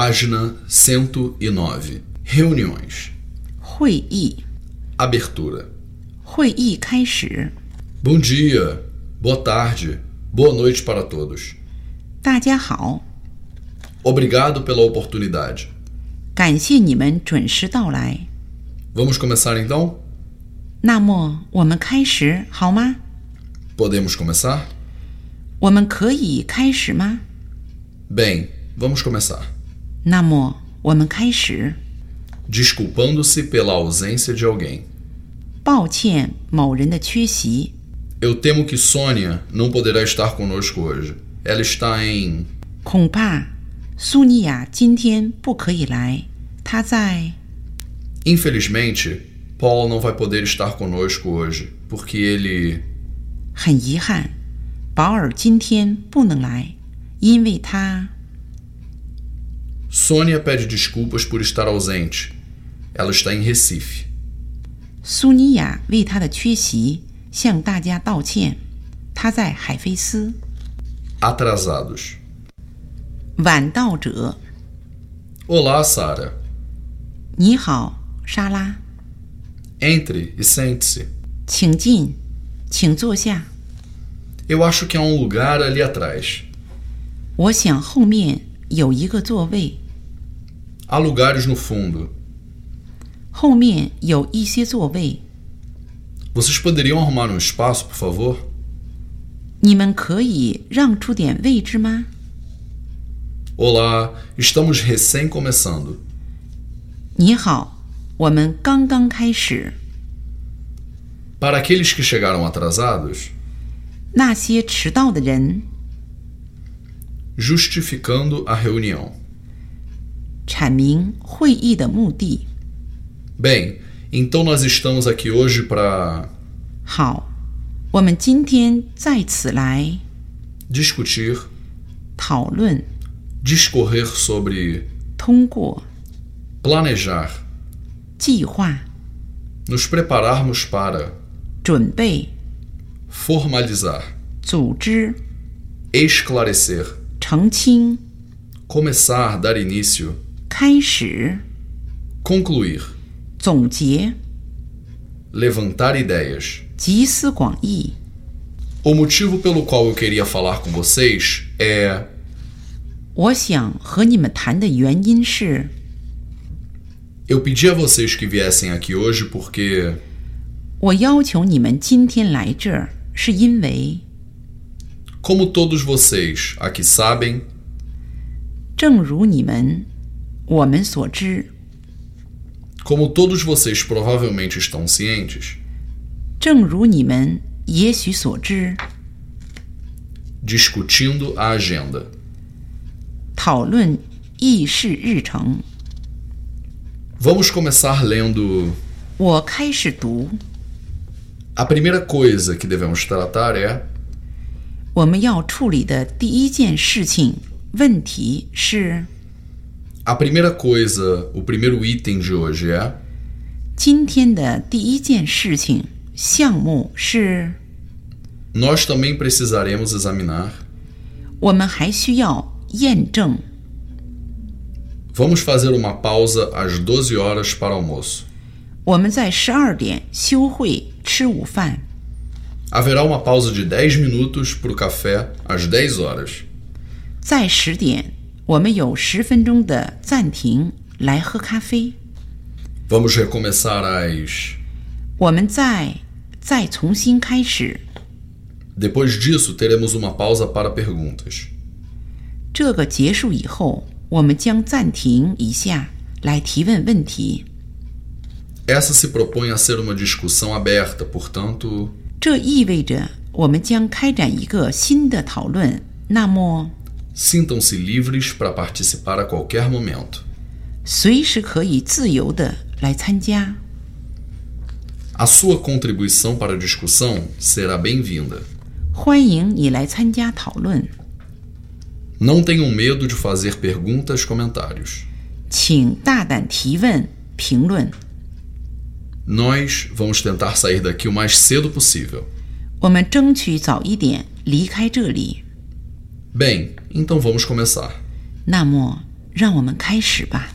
Página 109. Reuniões. 会议， Abertura. 会议开始， Bom dia, boa tarde, boa noite para todos. 大家好， Obrigado pela oportunidade. 感谢你们准时到来。 Vamos começar então? 那么我们开始好吗？ Podemos começar? 我们可以开始吗？ Bem, vamos começar. 那么我们开始。 Desculpando-se pela ausência de alguém. 抱歉，某人的缺席， Eu temo que Sônia não poderá estar conosco hoje. Ela está em. 恐怕苏尼亚今天不可以来。她在 Infelizmente, Paul não vai poder estar conosco hoje, porque ele. 很遗憾，保尔今天不能来，因为他 Sônia pede desculpas por estar ausente. Ela está em Recife. 苏尼亚为她的缺席向大家道歉。她在海菲斯。 Atrasados. 晚到者， Olá, Sara. 你好，莎拉， Entre e sente-se. 请进，请坐下。 Eu acho que há um lugar ali atrás. 我想后面有一个座位， Há lugares no fundo. 后面有一些座位， Vocês poderiam arrumar um espaço, por favor? 你们可以让出点位置吗？ Olá, estamos recém começando. 你好，我们刚刚开始。 Para aqueles que chegaram atrasados, 那些迟到的人 justificando a reunião. 阐明会议的目的。 Bem, então nós estamos aqui hoje para 好，我们今天在此来 discutir, 讨论、 discorrer sobre 通过、 planejar, 计划、 nos prepararmos para 准备、 formalizar, 组织、 esclarecer, 澄清、 começar, dar início, 开始、 concluir, 总结、 levantar ideias. 集思广益。 O motivo pelo qual eu queria falar com vocês é 我想和你们谈的原因是， eu pedi a vocês que viessem aqui hoje porque 我要求你们今天来这儿，是因为， como todos vocês aqui sabem, 正如你们我们所知， como todos vocês provavelmente estão cientes, 正如你们也许所知， discutindo a agenda. 讨论议事日程。 Vamos começar lendo. 我开始读， A primeira coisa que devemos tratar é 我们要处理的第一件事情问题是， a primeira coisa, o primeiro item de hoje é 今天的第一件事情项目是， nós também precisaremos examinar. 我们还需要验证。 Vamos fazer uma pausa às 12 horas para almoço. 我们在十二点休会吃午饭， Haverá uma pausa de 10 minutos para o café às 10 horas. 在十点我们有十分钟的暂停来喝咖啡。 Vamos recomeçar às. 我们再再重新开始， Depois disso, teremos uma pausa para perguntas. 这个结束以后，我们将暂停一下来提问问题。 Essa se propõe a ser uma discussão aberta, portanto, 这意味着我们将开展一个新的讨论。那么， sintam-se livres para participar a qualquer momento. 随时可以自由的来参加。 A sua contribuição para a discussão será bem-vinda. 欢迎你来参加讨论， Não tenham medo de fazer perguntas, comentários. 请大胆提问、评论。 Nós vamos tentar sair daqui o mais cedo possível. 我们争取早一点离开这里。 Bem, então vamos começar. 那么，让我们开始吧。